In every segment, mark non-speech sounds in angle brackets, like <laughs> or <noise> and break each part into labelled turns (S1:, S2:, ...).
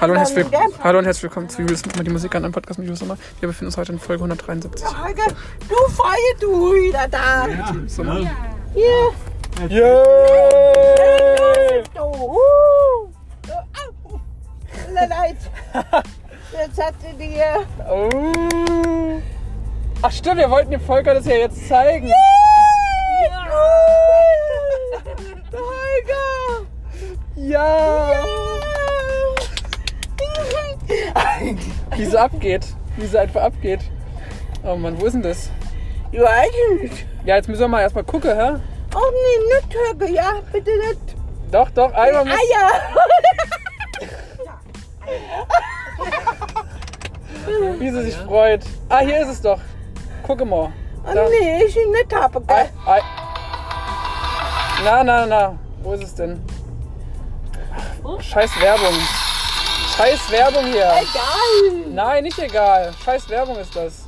S1: Hallo und, herzlich, will- Hallo und herzlich willkommen zu Julius Mach mal die Musik an, einem Podcast mit Julius Sommer. Wir befinden uns heute in Folge 173.
S2: Frage, du freue du wieder da.
S1: Sommer.
S2: Hier,
S3: Yeah!
S2: du. Uh. So, au. Tut mir leid. Jetzt hatte dir.
S3: Oh. Ach stimmt, wir wollten dem Volker das ja jetzt zeigen.
S2: Holger.
S3: Ja! Wie sie abgeht. Wie sie einfach abgeht. Oh Mann, wo ist denn das?
S2: Du eigentlich.
S3: Ja, jetzt müssen wir mal erstmal gucken, hä?
S2: Auch nicht Oh, nicht Holger, ja? Bitte nicht. Ah,
S3: Doch, doch, einmal muss...
S2: Eier.
S3: Wie sie sich freut. Ah, hier ist es doch. Gucke mal.
S2: Oh nee, ich nicht habe.
S3: Ei,
S2: gell?
S3: ei. Na, na, na. Wo ist es denn? Scheiß Werbung. Scheiß Werbung hier.
S2: Egal. <laughs>
S3: Nein, nicht egal. Scheiß Werbung ist das.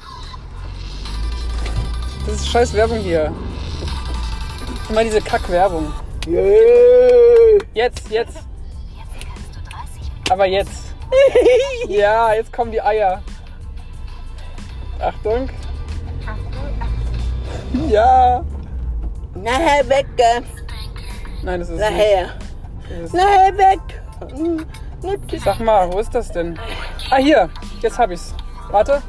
S3: Das ist scheiß Werbung hier. Immer diese Kack-Werbung. Jetzt, jetzt. Aber jetzt. Ja, jetzt kommen die Eier. Achtung. Ja.
S2: Nachher weg. gell?
S3: Nein, das ist nicht.
S2: Nachher. Nachher weg. Hm,
S3: <laughs>
S2: Nicht
S3: Sag mal, wo ist das denn? Ah, hier. Jetzt hab ich's. Warte.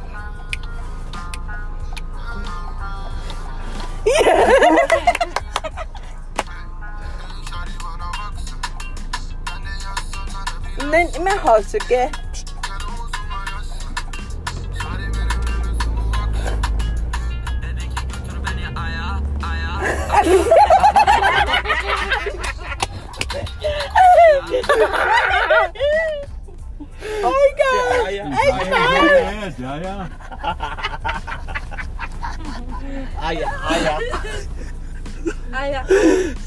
S2: Nennt immer Hause, <laughs> gell? Oh
S4: Ja, ja.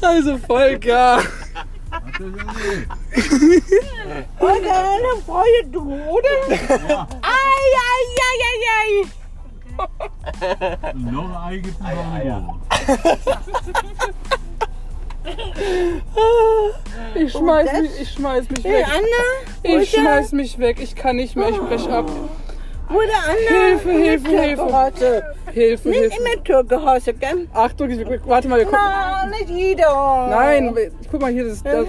S3: Also Volker.
S2: Und eine freue du, oder? Ei, ei, ei, ei, ei.
S4: Noch ein Ei gibt es noch irgendwo.
S3: Ich schmeiß mich, ich schmeiß mich
S2: Hey,
S3: weg.
S2: Anna?
S3: Ich schmeiß mich weg. Ich kann nicht mehr. Ich brech ab.
S2: Wurde Anna?
S3: Hilfe, Hilfe, Hilfe.
S2: Hilfe.
S3: Hilfe,
S2: Nicht
S3: Hilfe.
S2: immer Türkehose, gell?
S3: Achtung, ich, warte mal, wir gucken.
S2: Na, nicht jeder.
S3: Nein, guck mal hier, das, das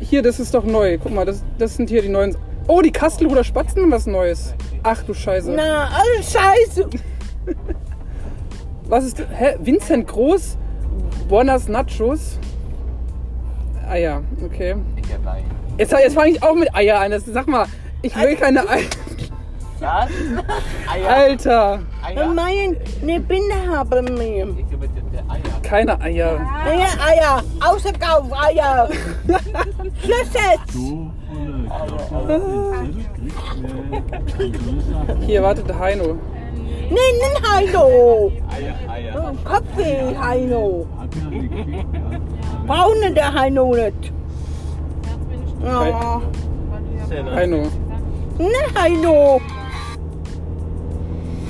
S3: hier, das ist doch neu. Guck mal, das, das sind hier die neuen. Oh, die Kastelruder Spatzen haben was Neues. Ach du Scheiße.
S2: Na, alles scheiße.
S3: Was ist? Hä? Vincent Groß? Buenas Nachos? Ah ja, okay. Jetzt, jetzt fange ich auch mit Eier an. Das, sag mal, ich will keine Eier.
S5: Was? Eier,
S3: Alter,
S2: Wir
S5: Eier.
S2: meinen, ne Binde haben wir.
S5: Ich gebe dir die Eier.
S3: keine Eier.
S2: Ja, Eier, Außerkauf,
S3: <laughs>
S2: Eier. Schluss jetzt.
S4: So, und ich glaube, den Zettel kriegt der Größer.
S3: Hier, warte, der Heino.
S2: Nee, nimm Heino.
S5: Eier, Eier.
S2: Kopfweh, Heino.
S4: Hat mir nicht gekriegt.
S2: Braune der Heino nicht. Oh.
S3: Heino.
S2: Ne, Heino.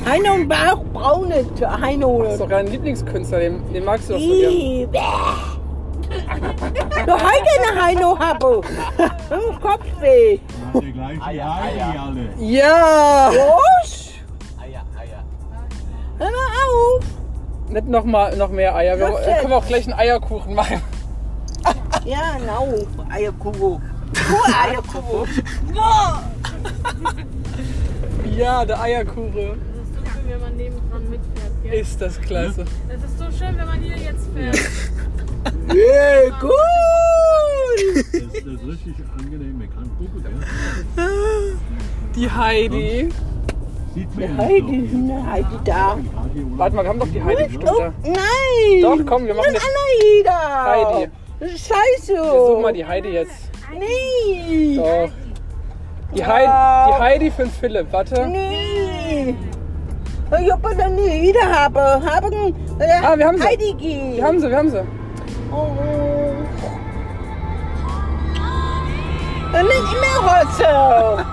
S2: Heino und Bauch braun nicht, Heino.
S3: Das ist doch dein Lieblingskünstler, den, den magst du doch so gern.
S2: Ih, bäh. Noch heute eine Heino habe. Hm, Kopfweh.
S4: Hat der gleiche
S5: Eier,
S4: Ei wie
S5: Eier.
S4: alle.
S3: Ja!
S2: Los,
S5: Eier, Eier.
S2: hör mal auf.
S3: Nicht noch, mal, noch mehr Eier. Wir
S2: Was
S3: äh, können
S2: denn?
S3: wir auch gleich einen Eierkuchen machen.
S2: Ja, nou, genau.
S5: Eierkuckuck. Eierkuckuck.
S3: Ja, der Eierkuchen.
S6: Das ist so schön, wenn man nebendran mitfährt. Gell?
S3: Ist das klasse.
S6: Es ist so schön, wenn man hier jetzt
S3: <laughs>
S6: fährt.
S2: Hm?
S4: Das, das ist richtig angenehm. Man kann gucken, ja.
S3: Die
S2: Hm?
S3: Heidi.
S4: Sieht man ja
S2: Heidi,
S4: nicht so.
S2: ne, Heidi da.
S4: Heidi, ne? oder?
S3: Warte mal, wir haben doch die Heidi bestimmt
S2: Oh,
S3: da.
S2: nein.
S3: Doch, komm, wir machen
S2: Nein,
S3: jetzt-
S2: Anna,
S3: Heidi.
S2: Scheiße.
S3: Wir suchen mal die Heidi jetzt.
S2: Nee.
S3: Doch. Die Heidi, die Heidi für den Philipp, warte.
S2: Nee. Ich hab ihn dann nie wieder habe. Haben, äh,
S3: Ah, wir haben sie.
S2: Heidi gehen.
S3: Wir haben sie, wir haben sie.
S2: Oh. Dann nicht immer Rotze.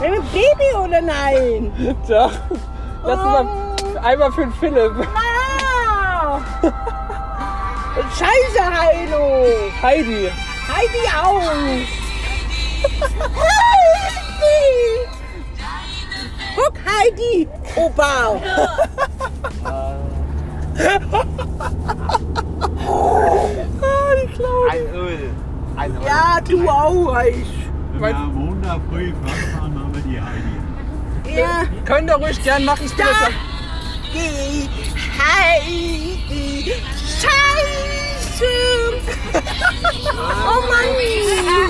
S2: Mit dem Baby oder nein?
S3: Doch. Lass uns mal einmal für den Philipp.
S2: Ah. Scheiße, Heino.
S3: Heidi.
S2: <laughs> Heidi aus. Heidi! Guck, Heidi! Oh, wow! ah, die Klaue.
S5: Ein Öl. Ein Öl.
S2: <laughs> Ja, du auch, Eich.
S4: Wenn wir am Montag früh fahren, haben wir die Heidi.
S2: Ja,
S3: Könnt ihr ruhig gern machen. Ich bin
S2: da!
S3: jetzt
S2: Die Heidi!
S3: <laughs>
S2: Scheiße! Oh, Mann!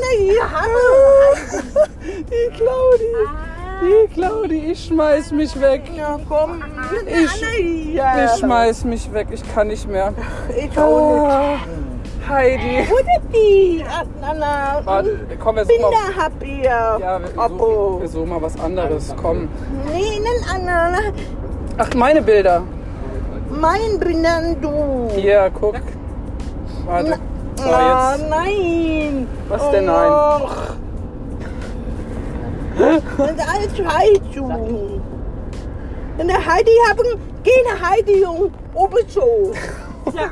S2: Nee, hallo!
S3: die Claudi. Die Claudi, ich schmeiß mich weg.
S2: Na komm,
S3: Ich-
S2: ja.
S3: Ich schmeiß mich weg. Ich kann nicht mehr. Oh,
S2: Ich auch nicht.
S3: Heidi.
S2: Puppi, Adnana.
S3: Warte, komm, wir suchen
S2: Binder
S3: mal.
S2: hab ihr.
S3: Ja, wir suchen,
S2: Oppo.
S3: wir suchen mal was anderes. Komm.
S2: Nee, nen Anna.
S3: Ach, meine Bilder.
S2: Mein Binder, du.
S3: Hier, guck. Warte. So,
S2: Ah,
S3: jetzt.
S2: nein.
S3: Was denn nein?
S2: Och. Und alles Heizung. Und der Heidi haben, geh nach Heidi und oben so. Ja.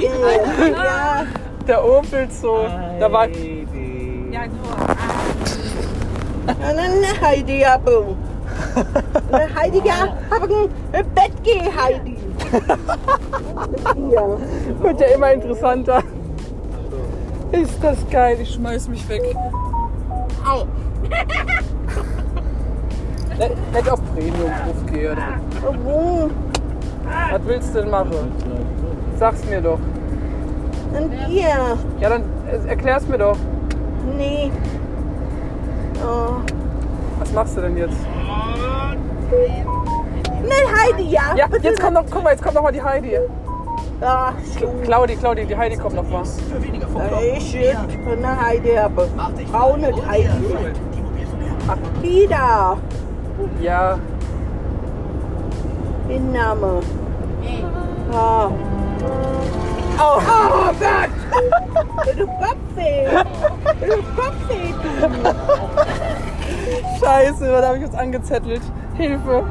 S2: ja.
S3: Der Opel so. Da war.
S2: Und dann Heidi <laughs> haben. Und Heidi ja, haben ein Bett geh Heidi. ja.
S3: Wird ja immer interessanter. Ist das geil, ich schmeiß mich weg. Au! Nicht- Nicht auf Premium aufgehen.
S2: Oh, Obwohl.
S3: Was willst du denn machen? Sag's mir doch.
S2: Und ihr?
S3: Ja, dann äh, erklär's mir doch.
S2: Nee. Oh.
S3: Was machst du denn jetzt?
S2: Nein, Heidi, ja. Ah,
S3: Ja, jetzt kommt noch, guck mal, jetzt kommt noch mal die Heidi.
S2: Ach,
S3: Claudi, Claudi, die Heidi kommt noch mal.
S5: Für weniger
S2: ich jetzt von der Heidi habe. Auch nicht Heidi. Ida,
S3: Ja,
S2: den Name. Ah. Oh, oh Gott! <laughs> Du Kopfweh! Du Kopfweh, du!
S3: scheiße, da habe ich uns angezettelt. Hilfe.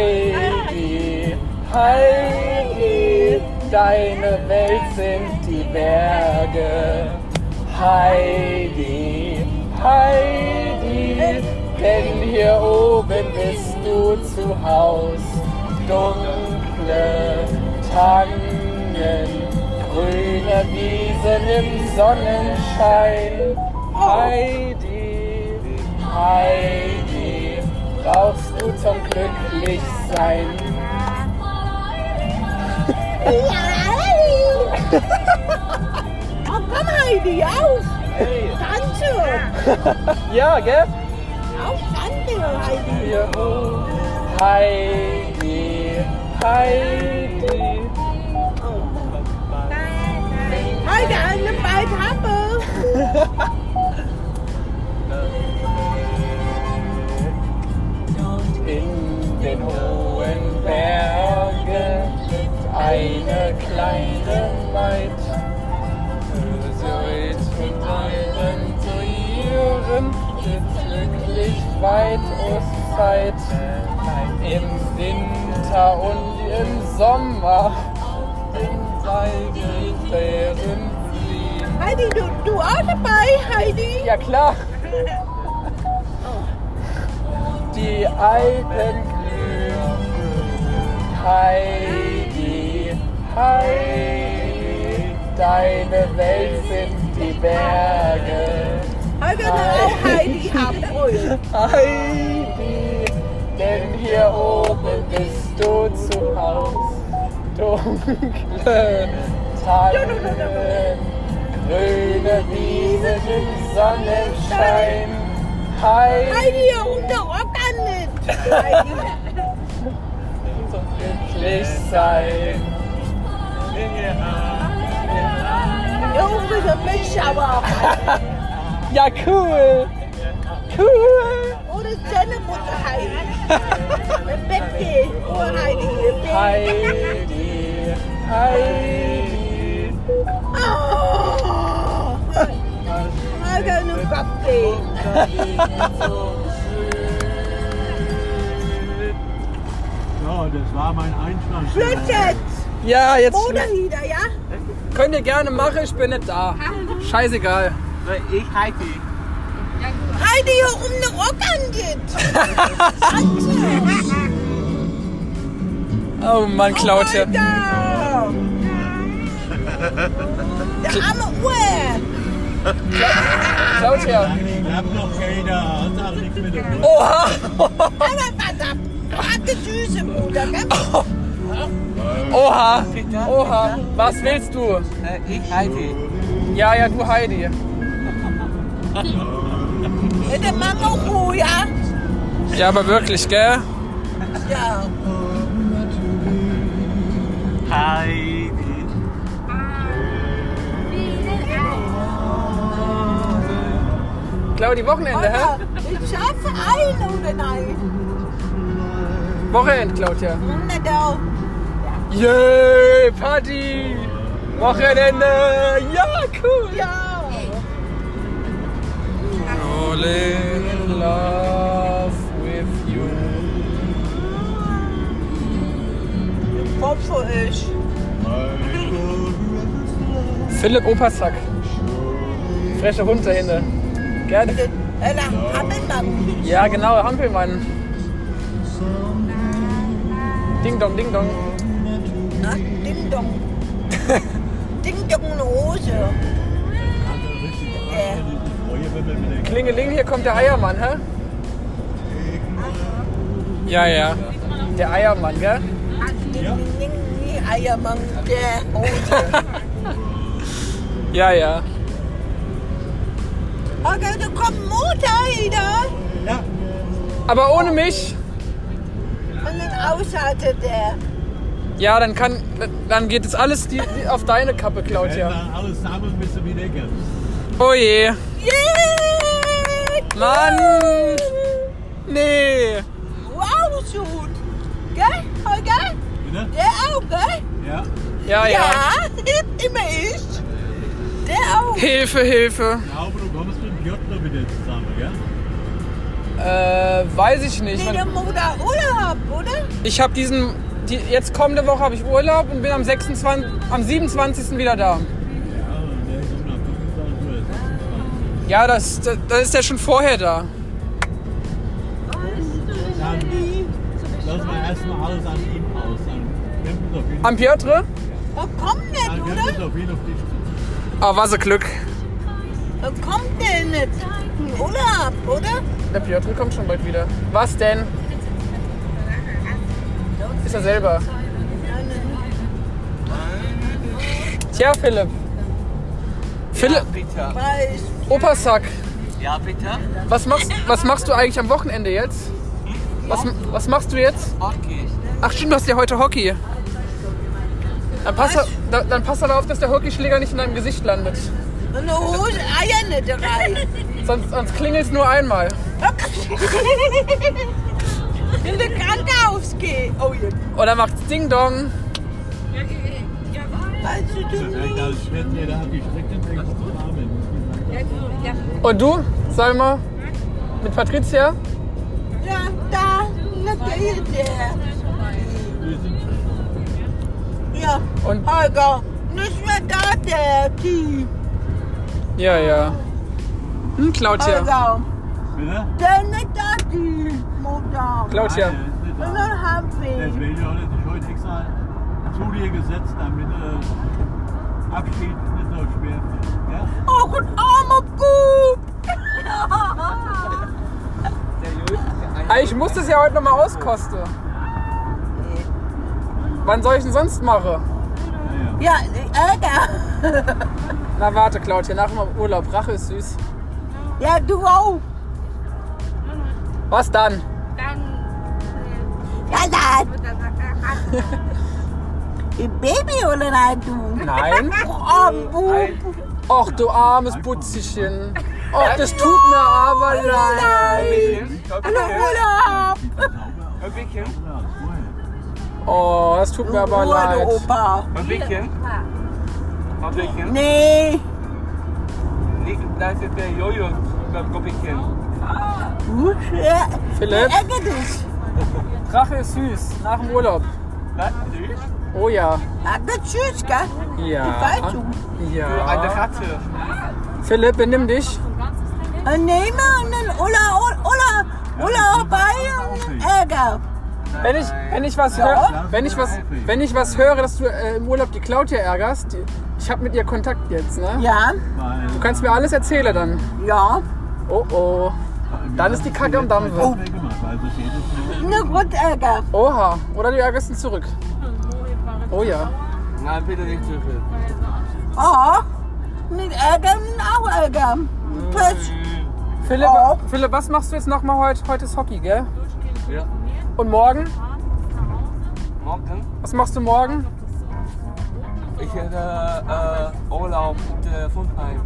S3: Heidi, Heidi, deine Welt sind die Berge. Heidi, Heidi, denn hier oben bist du zu Haus. Dunkle Tannen, grüne Wiesen im Sonnenschein. Heidi, Heidi, brauchst du zum Glücklichsein.
S2: <laughs> Oh, komm, Heidi, auf! Tanze!
S3: Ja, gell?
S2: Auf Tanze, Heidi!
S3: Hier hoch. Heidi, Heidi.
S2: Heidi, eine bald habe!
S3: In den hohen Bergen liegt eine kleine Maid. Söit mit euren Säuren sitzt glücklich weit aus Zeit. Im Winter und im Sommer in Seigefähren fliehen.
S2: Heidi, du, du auch dabei, Heidi?
S3: Ja klar. Die Alpen glühen. Heidi, Heidi, deine Welt sind die Berge.
S2: Heidi, du auch Heidi haben. Oh, ja.
S3: Heidi, denn hier oben bist du zu Haus. Dunkle Tannen, grüne Wiesen im Sonnenschein. Heidi,
S2: Heidi, unter Rockern nicht. Heidi,
S3: zum glücklich sein.
S2: irgendwie für mich, aber
S3: Ja, cool. Cool.
S2: ohne Zähne muss Heidi. Im Bett gehen, oh Heidi, im Bett.
S3: Heidi, Heidi.
S2: Oh, Heidi, im Kopf gehen.
S4: So, das war mein Einstand.
S2: Flüchtet!
S3: Ja, jetzt
S2: Oder nieder, ja?
S3: könnt ihr gerne machen, ich bin nicht da. Scheißegal.
S5: Äh, Ich heiße.
S2: Heidi, hier um eine Rock angeht.
S3: Oh Mann, Klaute.
S2: Alter! Der arme Uhr!
S3: Klaute.
S4: Ich hab noch keiner. Hat auch nichts mit dem
S3: Oha! <laughs>
S2: Aber was ab? Harte Süße, Bruder, gell?
S3: Oha! Oha! Was willst du?
S5: Äh, Ich heiße.
S3: Ja, ja, du Heidi.
S2: Der Mama Ruhe, ja?
S3: Ja, aber wirklich, gell?
S2: Ja.
S5: Heidi.
S3: Claudi, Wochenende, hä?
S2: Oder ich schaffe ein oder nein?
S3: Wochenend, Claudia.
S2: Wunderbar.
S3: Yay, Party! Wochenende! Ja, cool!
S2: Ja.
S3: All in love with you.
S2: Popfe ich.
S3: Philipp Opersack. Freche Hund dahinter. Gerne.
S2: Äh, da haben wir
S3: Ja, genau, Hampelmann. Ding dong, ding dong.
S2: Na, Ding Dong. Ding Dong eine Hose. Äh,
S4: Freue, wenn wir mit der
S3: Klingeling, hier kommt der Eiermann, hä? Ja, ja. Der Eiermann, gell?
S2: Ding Ding Ding Eiermann der Hose.
S3: Ja, ja.
S2: Okay, da kommt Mutter wieder.
S3: Aber ohne mich?
S2: Und dann ausschaltet der.
S3: Ja, dann kann, dann geht jetzt alles die, die auf deine Kappe,
S4: Wenn
S3: Claudia.
S4: wir alles zusammen müssen wir denken.
S3: Oh je.
S2: Yeah!
S3: Mann! Nee.
S2: Wow, shoot. Gell? Holger?
S4: Bitte?
S2: Der auch, gell?
S4: ne? Ja.
S3: Ja, ja.
S2: Ja, immer ich. Der auch.
S3: Hilfe, Hilfe.
S4: Ich glaube, du kommst mit dem Jöttner wieder zusammen, gell?
S3: Äh, weiß ich nicht.
S2: Nee, der Mutter Urlaub, oder?
S3: Ich habe diesen, die, jetzt kommende Woche habe ich Urlaub und bin am 26, am 27. wieder da.
S4: Ja, und der kommt nach 25 Uhr.
S3: Ja, das, das, das ist ja schon vorher da.
S4: Dann lassen wir erstmal alles an ihm aus. Dann kämpfen wir auf jeden
S3: Am Piotr?
S2: Wo kommt der,
S4: dann
S2: oder?
S4: kämpfen wir auf jeden auf dich zu.
S3: Ah, was ein Glück.
S2: Wo kommt der nicht? Ein Urlaub, oder?
S3: Der Piotr kommt schon bald wieder. Was denn? Ist er selber. Tja, Philipp. Philipp,
S5: Bitte.
S2: Weil ich
S3: Opasack,
S5: Ja, bitte.
S3: was machst, was machst du eigentlich am Wochenende jetzt? Was, was machst du jetzt?
S5: Okay.
S3: Ach stimmt, du hast ja heute Hockey. Dann pass, da, dann pass aber auf, dass der Hockeyschläger nicht in deinem Gesicht landet.
S2: eine Hose Eier nicht rein.
S3: Sonst, sonst klingelt es nur einmal.
S2: In der Krankenhaus gehen. Oh, ja.
S3: Oder macht's Ding Dong.
S2: Weißt du, du
S4: Wenn da das Schwert jeder hat gestreckt, dann denkt man, Amen.
S3: Und du, sag mal, mit Patricia?
S2: Ja, da, na, der, der. Ja,
S3: Und
S2: Holger, nicht mehr da, der Typ.
S3: ja, ja. Hm, Claudia.
S2: Holger,
S4: Bitte?
S2: der nicht da, die Mutter.
S3: Claudia.
S4: ne? Nein, der ist nicht
S2: Und
S4: da.
S2: dann haben wir.
S4: Deswegen habe ich dich heute extra zu dir gesetzt, damit äh, Abschied nicht so schwer wird. Ja?
S2: Oh, gut, armer Bub.
S3: Ah, Ich muss das ja heute nochmal auskosten. Wann soll ich denn sonst machen?
S2: Ja, Ärger.
S3: Na warte, Claudia, nach dem Urlaub. Rache ist süß.
S2: Ja, du auch.
S3: Was dann? äh,
S2: Ja, nein. Ein Baby oder nein, du?
S3: Nein.
S2: Oh, armer Bub.
S3: Och, du armes Butzichen. Och, das tut mir aber leid.
S2: Urlaub.
S5: Ein bisschen.
S4: Ja, vorher.
S3: Oh, das tut mir aber
S2: Urlaub,
S3: leid.
S2: Opa.
S5: Ein bisschen. Ein bisschen.
S2: Nee.
S5: Nicht, das ist der Jojo. Ein bisschen.
S2: Du, ja. dus.
S3: Philipp?
S2: Ärger dich.
S3: Drache ist süß, nach dem Urlaub.
S5: Was? Süß?
S3: Oh ja.
S2: Sag mal Tschüss, gell?
S3: Ah. Ja.
S2: Zeitung.
S5: Äh, Eine
S3: Ja.
S5: Ratte.
S3: Philipp, benimm dich.
S2: Und nehmen und dann Ulla, Ulla, Ulla vorbei und Ärger.
S3: Wenn ich, wenn ich was höre, wenn ich was, wenn ich was höre, dass du äh, im Urlaub die Claudia ärgerst, die, ich habe mit ihr Kontakt jetzt, ne?
S2: Ja,
S4: Weil
S3: Du kannst mir alles erzählen dann.
S2: ja.
S3: Oh oh. Dann ist die Kacke am Dampfen.
S4: Oh. Gemacht, also jedes
S2: Nur gut Ärger.
S3: Oha. Oder du ärgerst ihn zurück. <laughs> Oh ja.
S5: Nein, bitte nicht zu viel.
S2: Oh, nicht Ärger, auch Ärger. Tschüss.
S3: Philipp,
S2: Oh.
S3: Philipp, was machst du jetzt nochmal heute? Heute ist Hockey, gell?
S5: Ja.
S3: Und morgen?
S5: Morgen?
S3: Was machst du morgen?
S5: Ich hätte äh, Urlaub mit äh, Fundheim.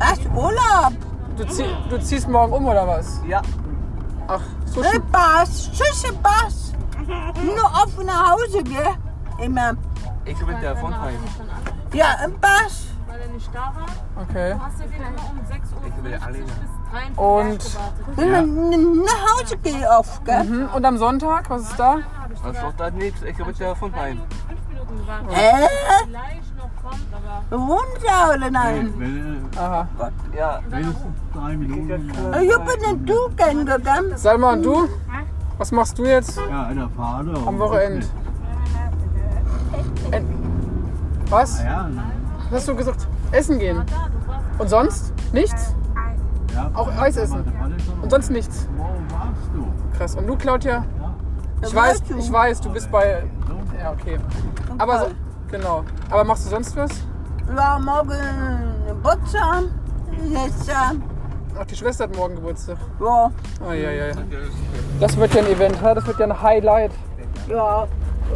S2: Was Urlaub?
S3: Du, zieh, du ziehst morgen um oder was?
S5: Ja.
S3: Ach, so
S2: Hey,
S3: schön.
S2: Bas, tschüss, Bas. Nur auf nach Hause, gell? Immer.
S5: Ich bin der Fundheim.
S2: Ja, ein Bas.
S6: Weil er nicht da war,
S3: Okay.
S6: hast du den immer um 6 Uhr
S5: Ich will
S6: bis
S5: alle.
S6: 3 Uhr
S3: Und-
S6: gewartet.
S2: N- n- Nach Hause geh auf, gell?
S3: Hm, Und am Sonntag, was ist da?
S6: Hab ich
S5: Das
S6: sogar
S5: ist doch nichts. Ich bin der Fundheim.
S6: 5 Minuten gewartet.
S2: Äh,
S6: Vielleicht noch kommt, aber
S2: Wunder oder nein?
S4: Wenn
S3: Aha.
S5: Ja.
S4: wenigstens drei Minuten
S2: Ich bin in Duken gegangen.
S3: Salma, und du? Was machst du jetzt
S4: ja, einer Fahrt.
S3: am Wochenende? En- Was?
S4: Ja,
S3: Was hast du gesagt? Essen gehen.
S6: da, du warst
S3: Und sonst? Nichts?
S4: ja.
S3: Auch Eis essen. Und sonst nichts.
S4: Wo warst du?
S3: Krass. Und du, Claudia? Ich weiß, ich weiß, du bist bei. Ja, okay. Aber so, genau. Aber machst du sonst was?
S2: Ja, morgen Geburtstag. Jetzt, äh,
S3: Ach, die Schwester hat morgen Geburtstag.
S2: ja,
S3: Eieiei. Das wird ja ein Event, ha? das wird ja ein Highlight.
S2: ja.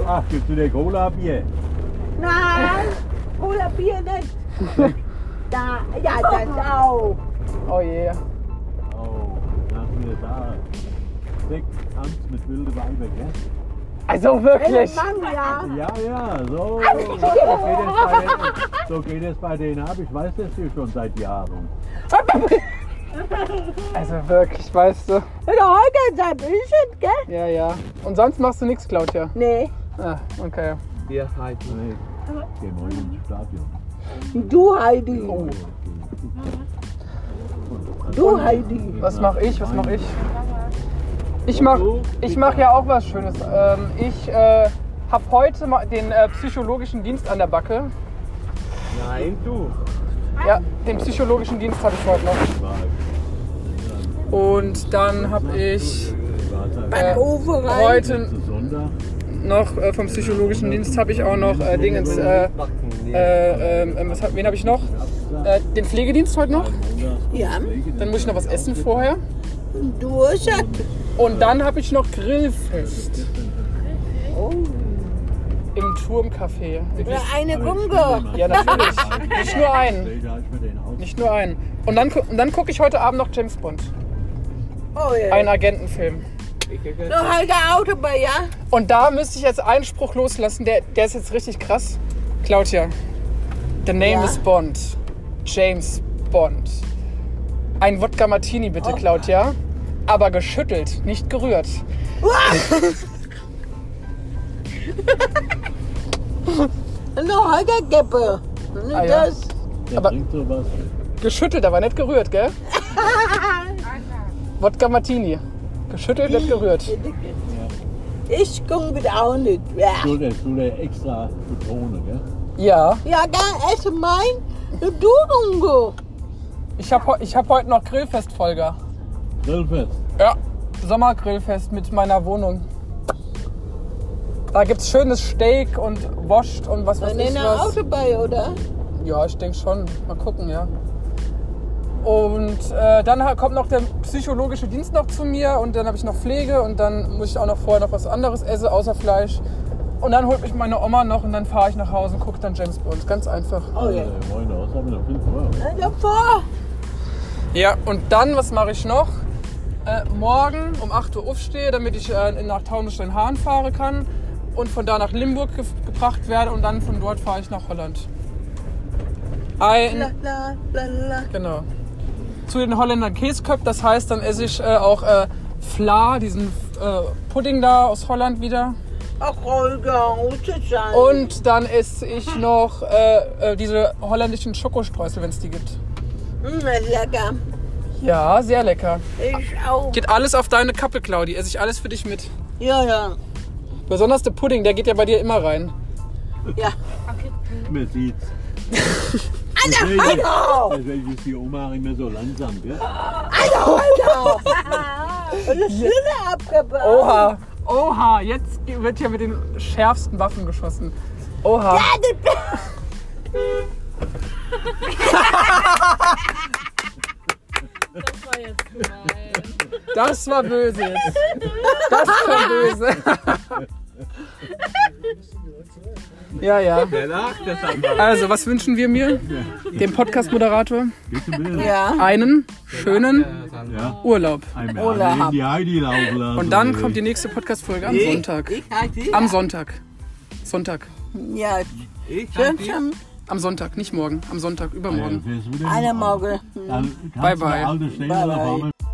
S4: Ach, gibst du dir Cola-Bier?
S2: Nein, Cola Bier nicht. Da, ja, nou. das auch.
S3: Oh je.
S4: Oh, da haben wir da. Sechs Amts mit wilde Weiber, gell?
S3: Also wirklich.
S2: Mann, ja.
S4: Ja, ja, so. So geht es bei denen,
S3: <laughs>
S4: so geht es bei denen ab. Ich weiß das hier schon seit Jahren.
S3: Also wirklich, weißt du.
S2: Wenn heute seid ich es, gell?
S3: Ja, ja. Und sonst machst du nichts, Claudia.
S2: Nee,
S3: Ah, okay.
S5: Wir halten.
S4: Nee, ich geh morgen ins Stadion.
S2: du Heidi. Du Heidi.
S3: Was mach ich? Was mach ich? Ich mach, ich mach ja auch was Schönes. Ähm, ich äh, hab heute mal den äh, psychologischen Dienst an der Backe.
S4: Nein, du.
S3: Ja, den psychologischen Dienst habe ich heute noch. Und dann habe ich
S2: Beim
S3: Äh,
S2: Ofen rein.
S3: heute
S4: Sonntag.
S3: noch äh, vom psychologischen Dienst habe ich auch noch äh, Dingens. Äh, äh, ähm, ähm, was hab, wen habe ich noch? Äh, den Pflegedienst heute noch.
S2: Ja,
S3: Dann muss ich noch was essen vorher.
S2: du ist es.
S3: Und dann habe ich noch Grillfest. Im Turmcafé.
S2: Oder eine Gunge.
S3: Ja, natürlich. Nicht nur einen.
S4: Nee, da hab ich mir den aus.
S3: Nicht nur einen. Und dann, gu- und dann gucke ich heute Abend noch James Bond.
S2: Oh ja.
S3: Einen Agentenfilm.
S2: Du Heidi Autobahn, ja?
S3: Und da müsste ich jetzt einen Spruch loslassen, der, der ist jetzt richtig krass. Claudia, the name
S2: Ja?
S3: is Bond. James Bond. Ein Wodka Martini bitte, Claudia. Aber geschüttelt, nicht gerührt.
S2: Und du Heidi Geppe.
S3: Ah, ja.
S2: Das.
S4: Der
S3: aber-
S4: bringt sowas.
S3: Geschüttelt, aber nicht gerührt, gell? Wodka Martini. Geschüttelt, nicht gerührt.
S2: Ich gucke das auch nicht. Ja,
S4: Du, der, du, der extra Zitrone, gell?
S3: Ja.
S2: ja dann esse mein. Du Gunge.
S3: Ich habe ich hab heute noch Grillfest, Folger.
S4: Grillfest.
S3: Ja, Sommergrillfest mit meiner Wohnung. Da gibt's schönes Steak und Wurst und was weiß
S2: Und
S3: ich
S2: eine
S3: was.
S2: Autobahn, oder?
S3: Ja, ich denke schon. Mal gucken, ja. Und äh, dann ha- kommt noch der psychologische Dienst noch zu mir und dann habe ich noch Pflege und dann muss ich auch noch vorher noch was anderes essen außer Fleisch. Und dann holt mich meine Oma noch und dann fahre ich nach Hause und gucke dann James Bond. Ganz einfach.
S2: Oh ja.
S4: Äh, Moin, was haben wir noch? Viel vor.
S2: Davor.
S3: Ja, und dann, was mache ich noch? Äh, morgen um 8 Uhr aufstehe, damit ich äh, nach Taunusstein-Hahn fahren kann und von da nach Limburg ge gebracht werde und dann von dort fahre ich nach Holland.
S2: La,
S3: Ein,
S2: la, la, la.
S3: genau. Zu den Holländern Käseköpf, das heißt, dann esse ich äh, auch äh, Fla, diesen äh, Pudding da aus Holland wieder.
S2: Ach, Olga, gute Schein.
S3: Und dann esse ich noch äh, äh, diese holländischen Schokostreusel, wenn es die gibt.
S2: Mm, lecker.
S3: Ja, sehr lecker.
S2: Ich auch.
S3: Geht alles auf deine Kappe, Claudi. Esse ich alles für dich mit.
S2: Ja, ja.
S3: Besonders der Pudding, der geht ja bei dir immer rein.
S2: Ja.
S4: Man sieht's. Alter,
S2: Alter!
S4: Deswegen ist die Oma immer so langsam, gell?
S2: Alter! Und das Schöne abgebaut.
S3: Oha. Oha, jetzt wird hier mit den schärfsten Waffen geschossen. Oha.
S6: Das war jetzt gemein.
S3: Das war böse jetzt. Das war böse. Ja, ja.
S5: Der lacht deshalb.
S3: Also, was wünschen wir mir? Dem Podcast-Moderator
S4: Gehst du mit?
S2: Ja.
S3: einen schönen
S4: Ja.
S3: Urlaub.
S4: Einmal
S2: Urlaub.
S4: in die Heidi laufen lassen.
S3: Und dann kommt die nächste Podcast-Folge am Sonntag.
S5: Ich halt die.
S3: Am Sonntag. Sonntag.
S2: Ja,
S5: Ich
S2: schön,
S5: halt die.
S2: schön.
S3: Am Sonntag, nicht morgen. Am Sonntag,
S4: Ja,
S3: übermorgen.
S4: fährst du wieder
S2: Eine
S4: hin.
S2: Morgen.
S4: Dann kannst
S3: Bye,
S4: du
S3: bye.
S4: eine alte Stelle
S2: Bye,
S4: nach
S2: bye.
S4: Hause